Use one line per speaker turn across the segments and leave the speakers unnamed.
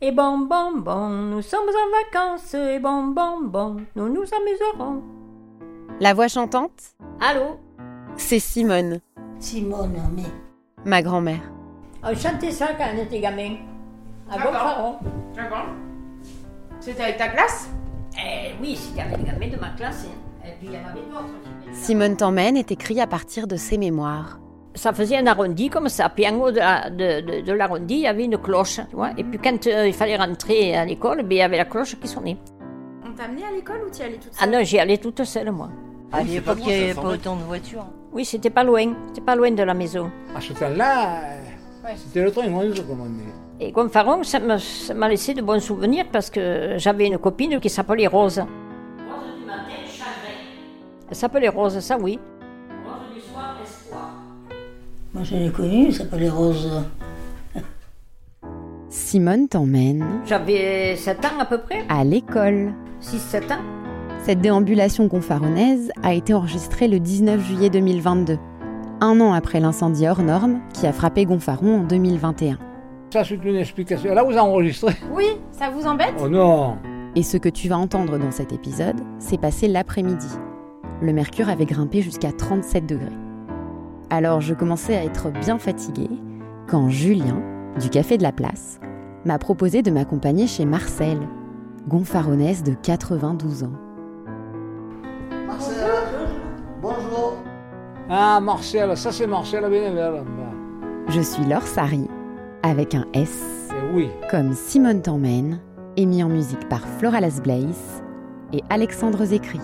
Et bon, bon, bon, nous sommes en vacances. Et bon, bon, bon, nous nous amuserons.
La voix chantante,
Allô
c'est Simone,
Simone, mais.
ma grand-mère.
On chantait Ah, ça quand on était gamin. À
D'accord.
Bonfaron.
D'accord. C'était avec ta classe
Eh oui, c'était avec les gamins de ma classe. hein. Et puis il y en avait d'autres.
Simone t'emmène est écrit à partir de ses mémoires.
Ça faisait un arrondi comme ça. Puis en haut de, la- de- de- de l'arrondi, il y avait une cloche. tu vois. Et puis quand euh, il fallait rentrer à l'école, ben, il y avait la cloche qui sonnait.
On t'a amené à l'école ou t'y allais toute
Ah
seule
non, j'y allais toute seule, moi.
À l'époque, il n'y avait pas autant de voitures.
Oui, c'était pas loin. C'était pas loin de la maison.
À ce temps-là, euh, c'était le train qu'on nous commandait.
Et Gonfaron, ça me- ça m'a laissé de bons souvenirs parce que j'avais une copine qui s'appelait Rose. Elle s'appelait Rose, ça oui.
Moi, je l'ai connu, il s'appelait Rose.
Simone t'emmène
J'avais 7 ans à peu près,
à l'école.
6-7 ans.
Cette déambulation gonfaronaise a été enregistrée le 19 juillet 2022, un an après l'incendie hors norme qui a frappé Gonfaron en 2021.
Ça, c'est une explication. Là, vous enregistrez
Oui, ça vous embête
Oh non
Et ce que tu vas entendre dans cet épisode, c'est passé l'après-midi. Le mercure avait grimpé jusqu'à 37 degrés. Alors je commençais à être bien fatiguée quand Julien, du café de la place, m'a proposé de m'accompagner chez Marcel, gonfaronnaise de 92 ans.
Marcel, bonjour.
Ah, Marcel, ça c'est Marcel Bénévelle. Bah,
Je suis Laure Sari, avec un S.
eh oui.
comme Simone t'emmène, et mis en musique par Floralas Blaise et Alexandre Zécry.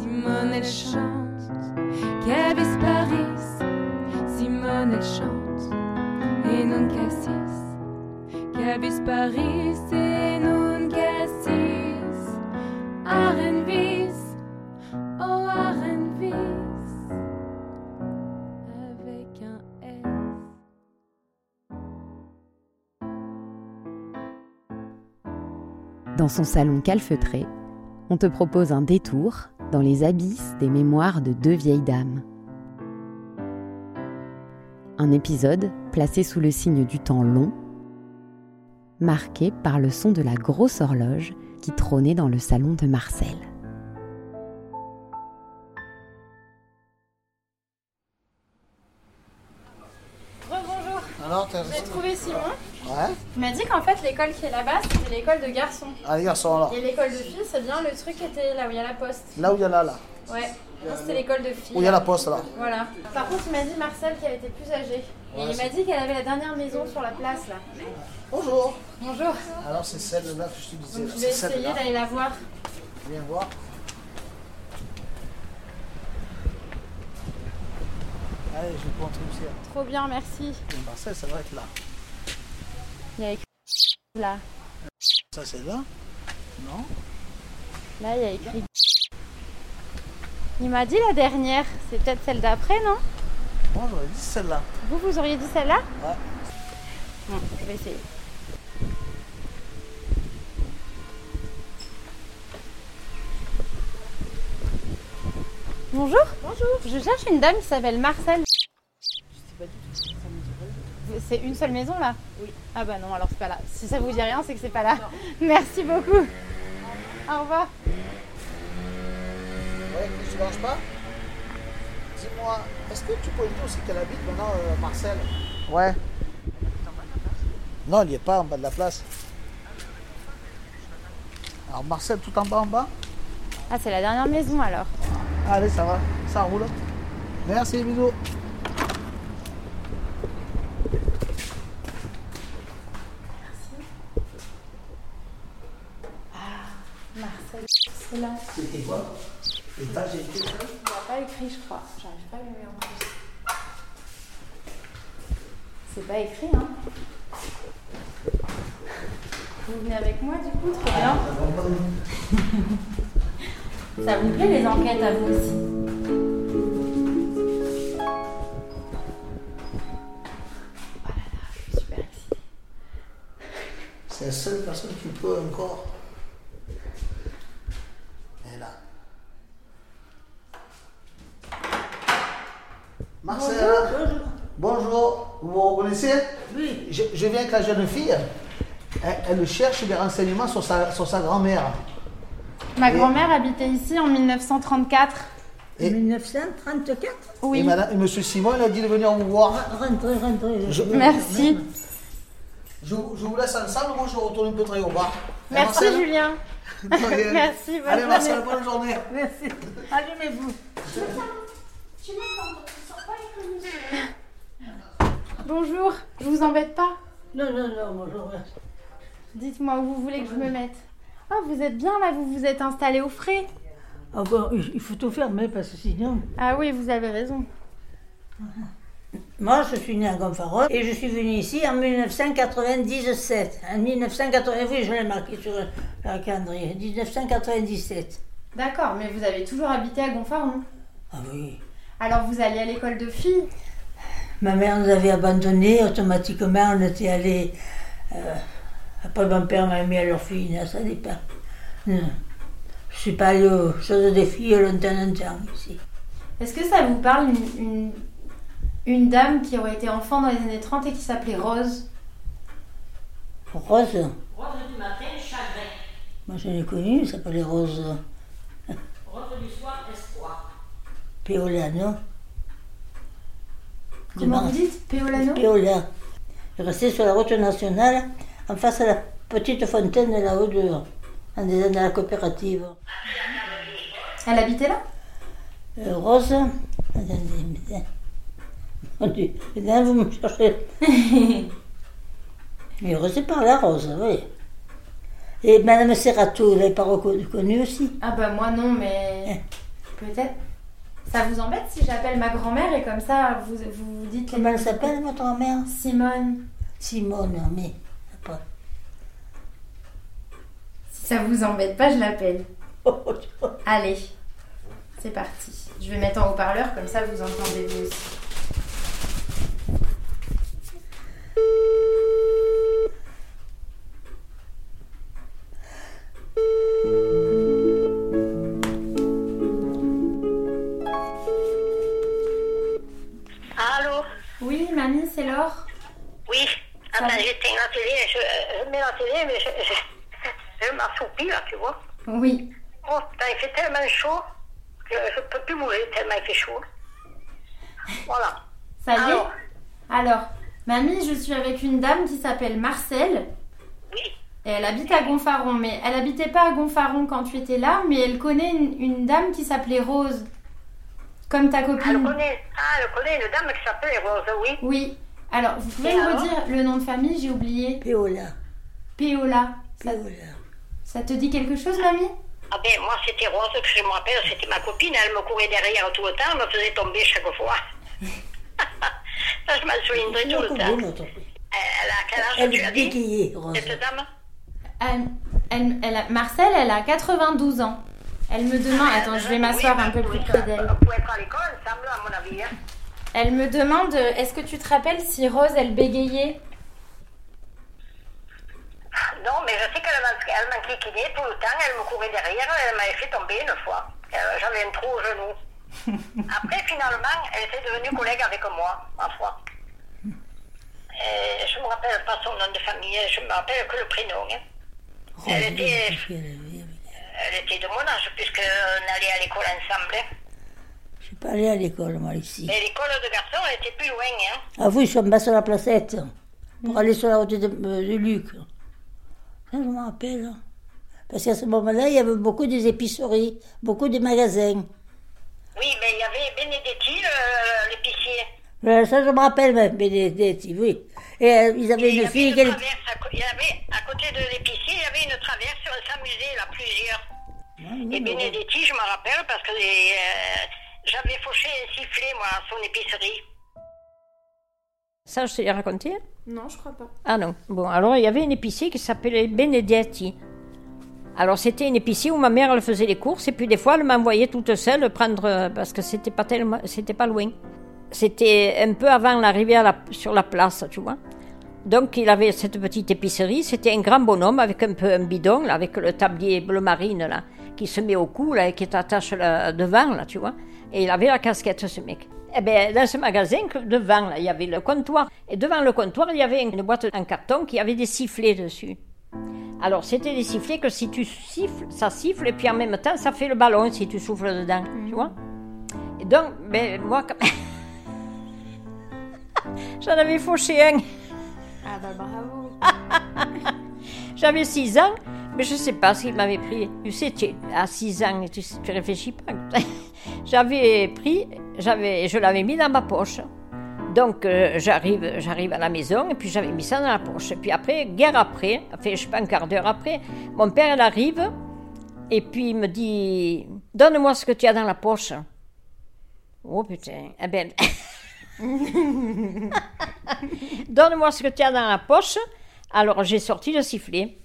Simone elle chante, Kevis Paris. Simone elle chante, et non cassis. Kevis Paris, et non cassis. Arenvis, oh Arenvis. Avec un S.
Dans son salon calfeutré, on te propose un détour dans les abysses des mémoires de deux vieilles dames. Un épisode placé sous le signe du temps long, marqué par le son de la grosse horloge qui trônait dans le salon de Marcel.
Rebonjour,
Alors, t'as
j'ai trouvé Simon.
Ouais.
Il m'a dit qu'en fait l'école qui est là-bas, c'était l'école de garçons.
Allez, garçon, alors.
Et l'école de filles, c'est bien le truc qui était là où il y a la poste.
Là où il y a là, là.
Ouais, Non, c'était l'école de filles.
Où il y a la poste, là.
Voilà. Par contre, il m'a dit Marcel qu'elle était plus âgée. Et il m'a dit qu'elle avait la dernière maison sur la place là.
Bonjour.
Bonjour,
Alors, c'est celle-là que je te disais.
donc
là.
je vais
C'est
essayer
celle-là.
d'aller la voir.
Viens voir. Allez, je vais prendre tout ça.
Trop bien, merci.
Marcel, ça va être là.
Il y a écrit là.
Ça, c'est là. Non
Là, il y a écrit. Il m'a dit la dernière, c'est peut-être celle d'après, non
Moi, j'aurais dit celle-là.
Vous, vous auriez dit celle-là
Ouais.
Bon, je vais essayer. Bonjour. Bonjour. Je cherche une dame qui s'appelle Marcel. C'est une seule maison là Oui. Ah bah non, alors c'est pas là. Si ça vous dit rien, c'est que c'est pas là. Merci beaucoup. Au revoir.
Ouais, ne tu lâches pas Dis-moi, est-ce que tu peux nous dire aussi qu'elle habite maintenant, euh, Marcel Ouais. Non, il n'y est pas en bas de la place. Alors Marcel, tout en bas, en bas
Ah, c'est la dernière maison alors.
Allez, ça va, ça roule. Merci, bisous.
Marcel, c'est là.
C'était quoi Étage et étage
Il n'a pas écrit, je crois. J'arrive pas à le lire en plus. C'est pas écrit, hein Vous venez avec moi, du coup, trop bien. Ça vous plaît les enquêtes à vous aussi Oh là là, je suis super excitée.
C'est la seule personne qui peut encore. Elle est là. Marcel, bonjour. Vous vous reconnaissez Oui. Je, je viens avec la jeune fille. Elle, elle cherche des renseignements sur sa, sur sa grand-mère.
Ma
Et-
grand-mère habitait ici en 1934.
Et-
1934
Et,
Oui,
madame, et monsieur Simon, il a dit de venir vous voir.
Ah, Rentrez, rentrez.
Je-
merci.
Je, je vous laisse ensemble, moi je retourne un peu travailler au bar. Eh,
Merci
Marcel
Julien.
Allez,
Merci, bonne
Allez, Marcel,
journée.
bonne journée.
Merci. Allumez-vous.
Bonjour, je vous embête pas
Non, non, non, bonjour. merci.
Dites-moi où vous voulez que je me mette. Ah, vous êtes bien là, vous vous êtes installé au frais.
Ah bon, il il faut tout fermer parce que sinon.
Ah oui, vous avez raison.
Moi, je suis née à Gonfarotte et je suis venue ici en 1997. En 1980, oui, je l'ai marqué sur la calendrier. 1997.
D'accord, mais vous avez toujours habité à Gonfaron.
Ah oui.
Alors vous alliez à l'école de filles
Ma mère nous avait abandonnés, automatiquement on était allés. euh, après mon père m'a mis à leur fille, non, ça dépend. Non. Je suis pas allée aux choses des filles longtemps, longtemps ici.
Est-ce que ça vous parle une, une, une dame qui aurait été enfant dans les années 30 et qui s'appelait Rose
Rose Rose du matin, chagrin. Moi je l'ai connue, elle s'appelait Rose. Rose du soir, espoir. Péola, non
Comment vous
Demain.
dites Péolano
Péola. Je restais sur la route nationale, en face à la petite fontaine là-haut dehors, en disant dans la coopérative.
Elle habitait là
Euh, Rose, attendez, putain. Mon Dieu, putain, vous me cherchez. Mais Rose est par là, Rose, oui. Et Madame Serrato, vous l'avez pas reconnue connue aussi
Ah bah moi non, mais
Eh.
peut-être. Ça vous embête si j'appelle ma grand-mère et comme ça vous vous vous dites
Comment elle s'appelle, votre grand-mère
Simone.
Simone, mais. Après.
Si ça vous embête pas, je l'appelle.
Oh, tu vois.
Allez, c'est parti. Je vais mettre en haut-parleur comme ça vous entendez vous aussi.
Allô
Oui, mamie, c'est Laure.
Oui.
Ça va
Attends, j'éteins la télé. Je, je mets la télé, mais je, je, je m'assoupis là, tu vois.
Oui.
Oh putain, il fait tellement chaud que je peux plus bouger tellement il fait chaud. Voilà.
Ça y est
Alors
Alors, mamie, je suis avec une dame qui s'appelle Marcel.
Oui.
Et elle habite à Gonfaron, mais elle habitait pas à Gonfaron quand tu étais là, mais elle connaît une, une dame qui s'appelait Rose. Comme ta
Elle
Hmm.
copine.
connaît, ah, elle connaît une dame qui s'appelle Rose, oui.
Oui. Alors, vous pouvez
Et
me
alors
redire le nom de famille, j'ai oublié.
Péola,
Péola. Ça,
Péola.
ça te dit quelque chose, mamie
Ah ben, moi, c'était Rose que je me rappelle, c'était ma copine. Elle me courait derrière tout le temps, elle me faisait tomber chaque fois. Ça, je m'en souviendrai
Tu
tout
l'as
le
connue,
temps.
notre fille.
Elle a quel âge,
Elle
tu as
est
dit
déguisée, Rose.
Cette dame Euh,
elle, elle- elle a- Marcel, elle a 92 ans. Elle me demande...
Ah,
Attends, je vais m'asseoir un peu plus près d'elle.
On pouvait être à l'école ensemble, à mon avis. Hein.
Elle me demande, euh, est-ce que tu te rappelles si Rose, elle bégayait
Non, mais je sais qu'elle m'a- elle m'a cliquiné tout le temps, elle me courait derrière, elle m'avait fait tomber une fois. Euh, J'avais un trou au genou. Après, finalement, elle était devenue collègue avec moi, ma foi. Et je ne me rappelle pas son nom de famille, je me rappelle que le prénom. hein.
Rose,
Elle était-
oui, elle est-
Elle était de mon âge, puisqu'on allait à l'école ensemble. hein.
Je suis pas allée à l'école, moi, ici.
Et l'école de garçons, elle était plus loin. Hein.
Ah oui, je suis en bas sur la placette hein,
Mm.
pour aller sur la route de, euh, de Luc. Ça, je me rappelle. hein. Parce qu'à ce moment-là, il y avait beaucoup des épiceries, beaucoup de magasins.
Oui, mais il y avait Benedetti, le- l'épicier.
Euh, Ça, je me rappelle même, Benedetti, oui. Et euh, ils avaient
Il y
une
avait
fille,
une
qu'elle-
traverse à co- il y avait, à côté de l'épicier, il y avait une traverse, on s'amusait là, plusieurs.
Ah,
Et Benedetti, je me rappelle, parce que euh, j'avais fauché un sifflet, moi, à son épicerie.
Ça, je te l'ai raconté
Non, je crois pas.
Ah non. Bon, alors il y avait une épicier qui s'appelait Benedetti. Alors c'était une épicier où ma mère elle faisait les courses et puis des fois elle m'envoyait toute seule prendre euh, parce que c'était pas tellement c'était pas loin. C'était un peu avant l'arrivée à la- sur la place, tu vois. Donc il avait cette petite épicerie, c'était un grand bonhomme avec un peu un bidon là, avec le tablier bleu marine là qui se met au cou là et qui t'attache là, devant là, tu vois. Et il avait la casquette ce mec. Eh ben dans ce magasin que devant là, il y avait le comptoir et devant le comptoir, il y avait une boîte en carton qui avait des sifflets dessus. Alors, c'était des sifflets que si tu siffles, ça siffle, et puis en même temps, ça fait le ballon si tu souffles dedans, tu vois. Et donc, ben, moi, quand- j'en avais fauché un.
Ah bah bravo.
J'avais 6 ans, mais je sais pas s'il m'avait pris. Tu sais, tu- à 6 ans, tu, tu réfléchis pas. j'avais pris, j'avais, je l'avais mis dans ma poche. Donc euh, j'arrive, j'arrive à la maison et puis j'avais mis ça dans la poche. Et puis après, guerre après, enfin je sais pas un quart d'heure après, mon père il arrive et puis il me dit, donne-moi ce que tu as dans la poche. Oh putain, eh ben. Donne-moi ce que tu as dans la poche. Alors j'ai sorti le sifflet.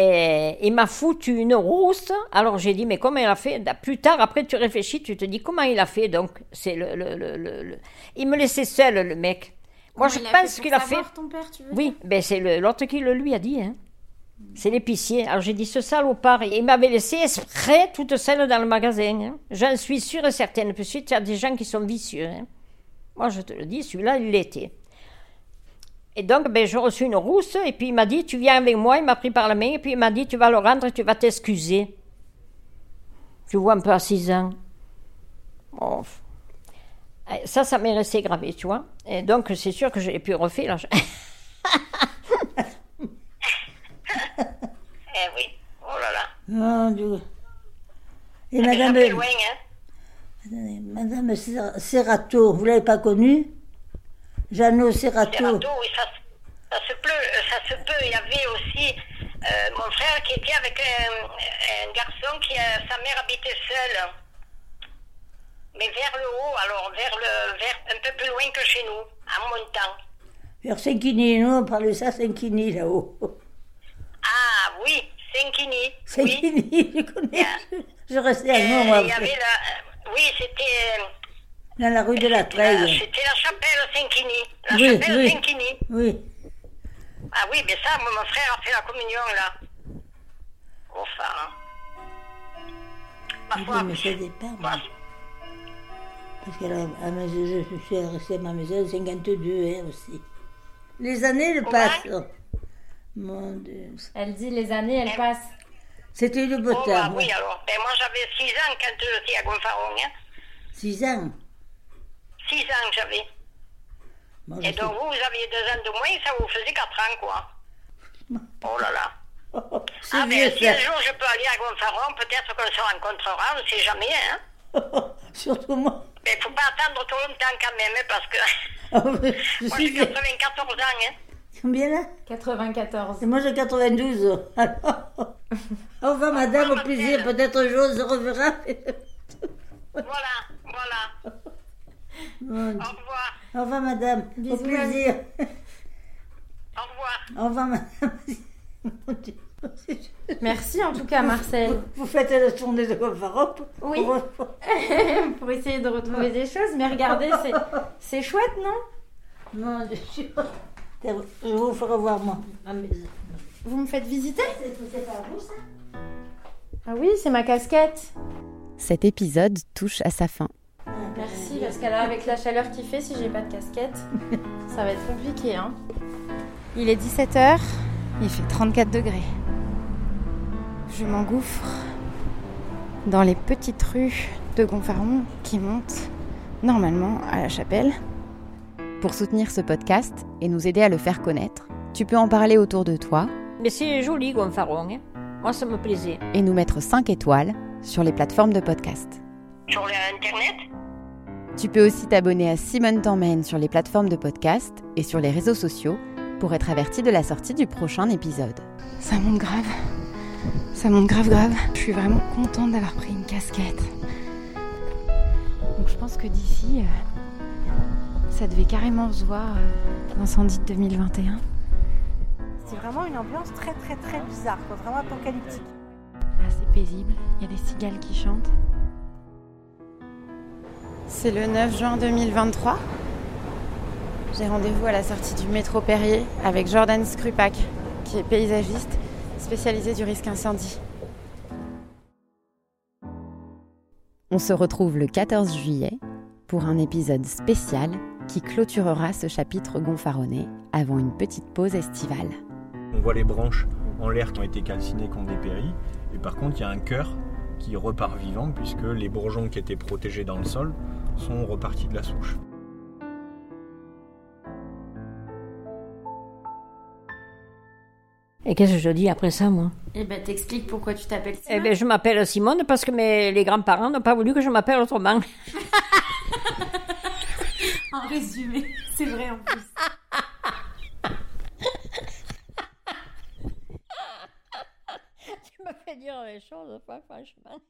Et il m'a foutu une rousse. Alors j'ai dit, mais comment il a fait Plus tard, après, tu réfléchis, tu te dis, comment il a fait Donc, c'est le, le- le- le- le- Il me laissait seul, le mec.
Ah,
Moi, je pense qu'il a fait.
ton père, tu veux
Oui, ben c'est le- l'autre qui le lui a dit. Hein. C'est l'épicier. Alors j'ai dit ce salopard. Il m'avait laissé exprès toute seule dans le magasin. hein. J'en suis sûre et certaine. Parce que tu as des gens qui sont vicieux. hein. Moi, je te le dis, celui-là, il l'était. Et donc, ben, j'ai reçu une rousse. Et puis il m'a dit Tu viens avec moi. Il m'a pris par la main. Et puis il m'a dit Tu vas le rendre et tu vas t'excuser. Tu vois un peu à 6 ans. Bon. Eh, Ça, ça m'est resté gravé, tu vois. Et donc, c'est sûr que j'ai pu refaire. là.
Eh oui. Oh là là.
Mon Dieu. Et
Mais ça
Madame, Ah,
fait loin, hein.
attendez, Madame Serra- Serrato, vous l'avez pas connue Jeannot
Des
Serrato.
râteaux, oui, ça, se- ça se peut, euh, ça se peut. Il y avait aussi euh, mon frère qui était avec un, un garçon qui, euh, sa mère habitait seule, mais vers le haut, alors vers le, vers un peu plus loin que chez nous, en montant.
Vers Saint-Quini, nous on parlait ça Saint-Quini là-haut.
Ah oui, Saint-Quini. Oui.
Saint-Quini, je connais. Je restais
Euh,
à Mont, moi,
il y avait la, euh, oui, c'était,
dans la rue de la
la-
Treille.
c'était la chapelle Saint-Quini. La
Oui,
chapelle
oui.
Saint-Quini.
Oui.
Ah oui, mais ça, mon mon frère a fait la communion, là. Au phare. hein.
Il
Parfois,
me fait des pains, moi. Parce que là, à ma- je, je suis restée à ma maison 52 hein, aussi. Les années le passent. Mon Dieu.
Elle dit les années, elles passent.
C'était le beau
oh, bah
temps.
oui, alors. Ben, moi, j'avais 6 ans quand j'étais à Gonfaron. Hein.
6 ans.
6 ans, j'avais.
Ah, Moi, je
Et donc, vous, vous aviez 2 ans de moins, ça vous faisait 4 ans, quoi. Oh là là.
suis-
Ah,
c'est
mais
vieux,
si un jour je peux aller à Gonfaron, peut-être qu'on se rencontrera, on ne sait jamais, hein.
ça. Surtout moi.
Mais il ne faut pas attendre trop longtemps quand même, hein, parce que
Ah oui, je
moi,
suis
j'ai
vieille.
94 ans, hein.
Combien là
94.
Et moi j'ai 92. Alors, au revoir madame, au plaisir. Peut-être un jour on se reverra.
Voilà, voilà.
Mon Dieu.
Au revoir,
Au revoir madame, au
Bisous,
plaisir.
au revoir.
Au revoir madame. Mon Dieu.
Merci en tout cas, Marcel,
Vous faites la tournée de Cofaron pour-
Oui.
pour-
pour essayer de retrouver des choses. Mais regardez, c'est- c'est chouette, non
Mon Dieu. Je vous ferai voir moi. Ah, mais-
Vous me faites visiter Ah oui, c'est ma casquette.
Cet épisode touche à sa fin.
Euh,
Merci, parce qu'alors avec la chaleur qu'il fait, si j'ai pas de casquette, ça va être compliqué. Hein.
Il est 17h, il fait 34 degrés. Je m'engouffre dans les petites rues de Gonfaron qui montent normalement à la chapelle.
Pour soutenir ce podcast et nous aider à le faire connaître, tu peux en parler autour de toi
Mais c'est joli, Gonfaron. hein. Moi, ça me plaisait.
et nous mettre 5 étoiles sur les plateformes de podcast.
Sur l'Internet
Tu peux aussi t'abonner à Simone t'emmène sur les plateformes de podcast et sur les réseaux sociaux pour être averti de la sortie du prochain épisode.
Ça monte grave. Ça monte grave grave. Je suis vraiment contente d'avoir pris une casquette. Donc je pense que d'ici, euh, ça devait carrément se voir euh, l'incendie de 2021.
C'est vraiment une ambiance très très très bizarre, quoi, vraiment apocalyptique.
Ah, c'est paisible, il y a des cigales qui chantent. C'est le 9 juin 2023. J'ai rendez-vous à la sortie du métro Perrier avec Jordan Skrupak, qui est paysagiste spécialisé du risque incendie.
On se retrouve le 14 juillet pour un épisode spécial qui clôturera ce chapitre gonfaronné avant une petite pause estivale.
On voit les branches
en l'air qui ont été calcinés, qui ont dépéri. Et par contre, il y a un cœur qui repart vivant puisque les bourgeons qui étaient protégés dans le sol sont repartis de la souche.
Et qu'est-ce que je dis après ça, moi
Eh ben, t'expliques pourquoi tu t'appelles Simone.
Eh bien, je m'appelle Simone parce que mes, les grands-parents n'ont pas voulu que je m'appelle autrement.
En résumé, c'est vrai en plus.
tu me fais dire les choses, franchement.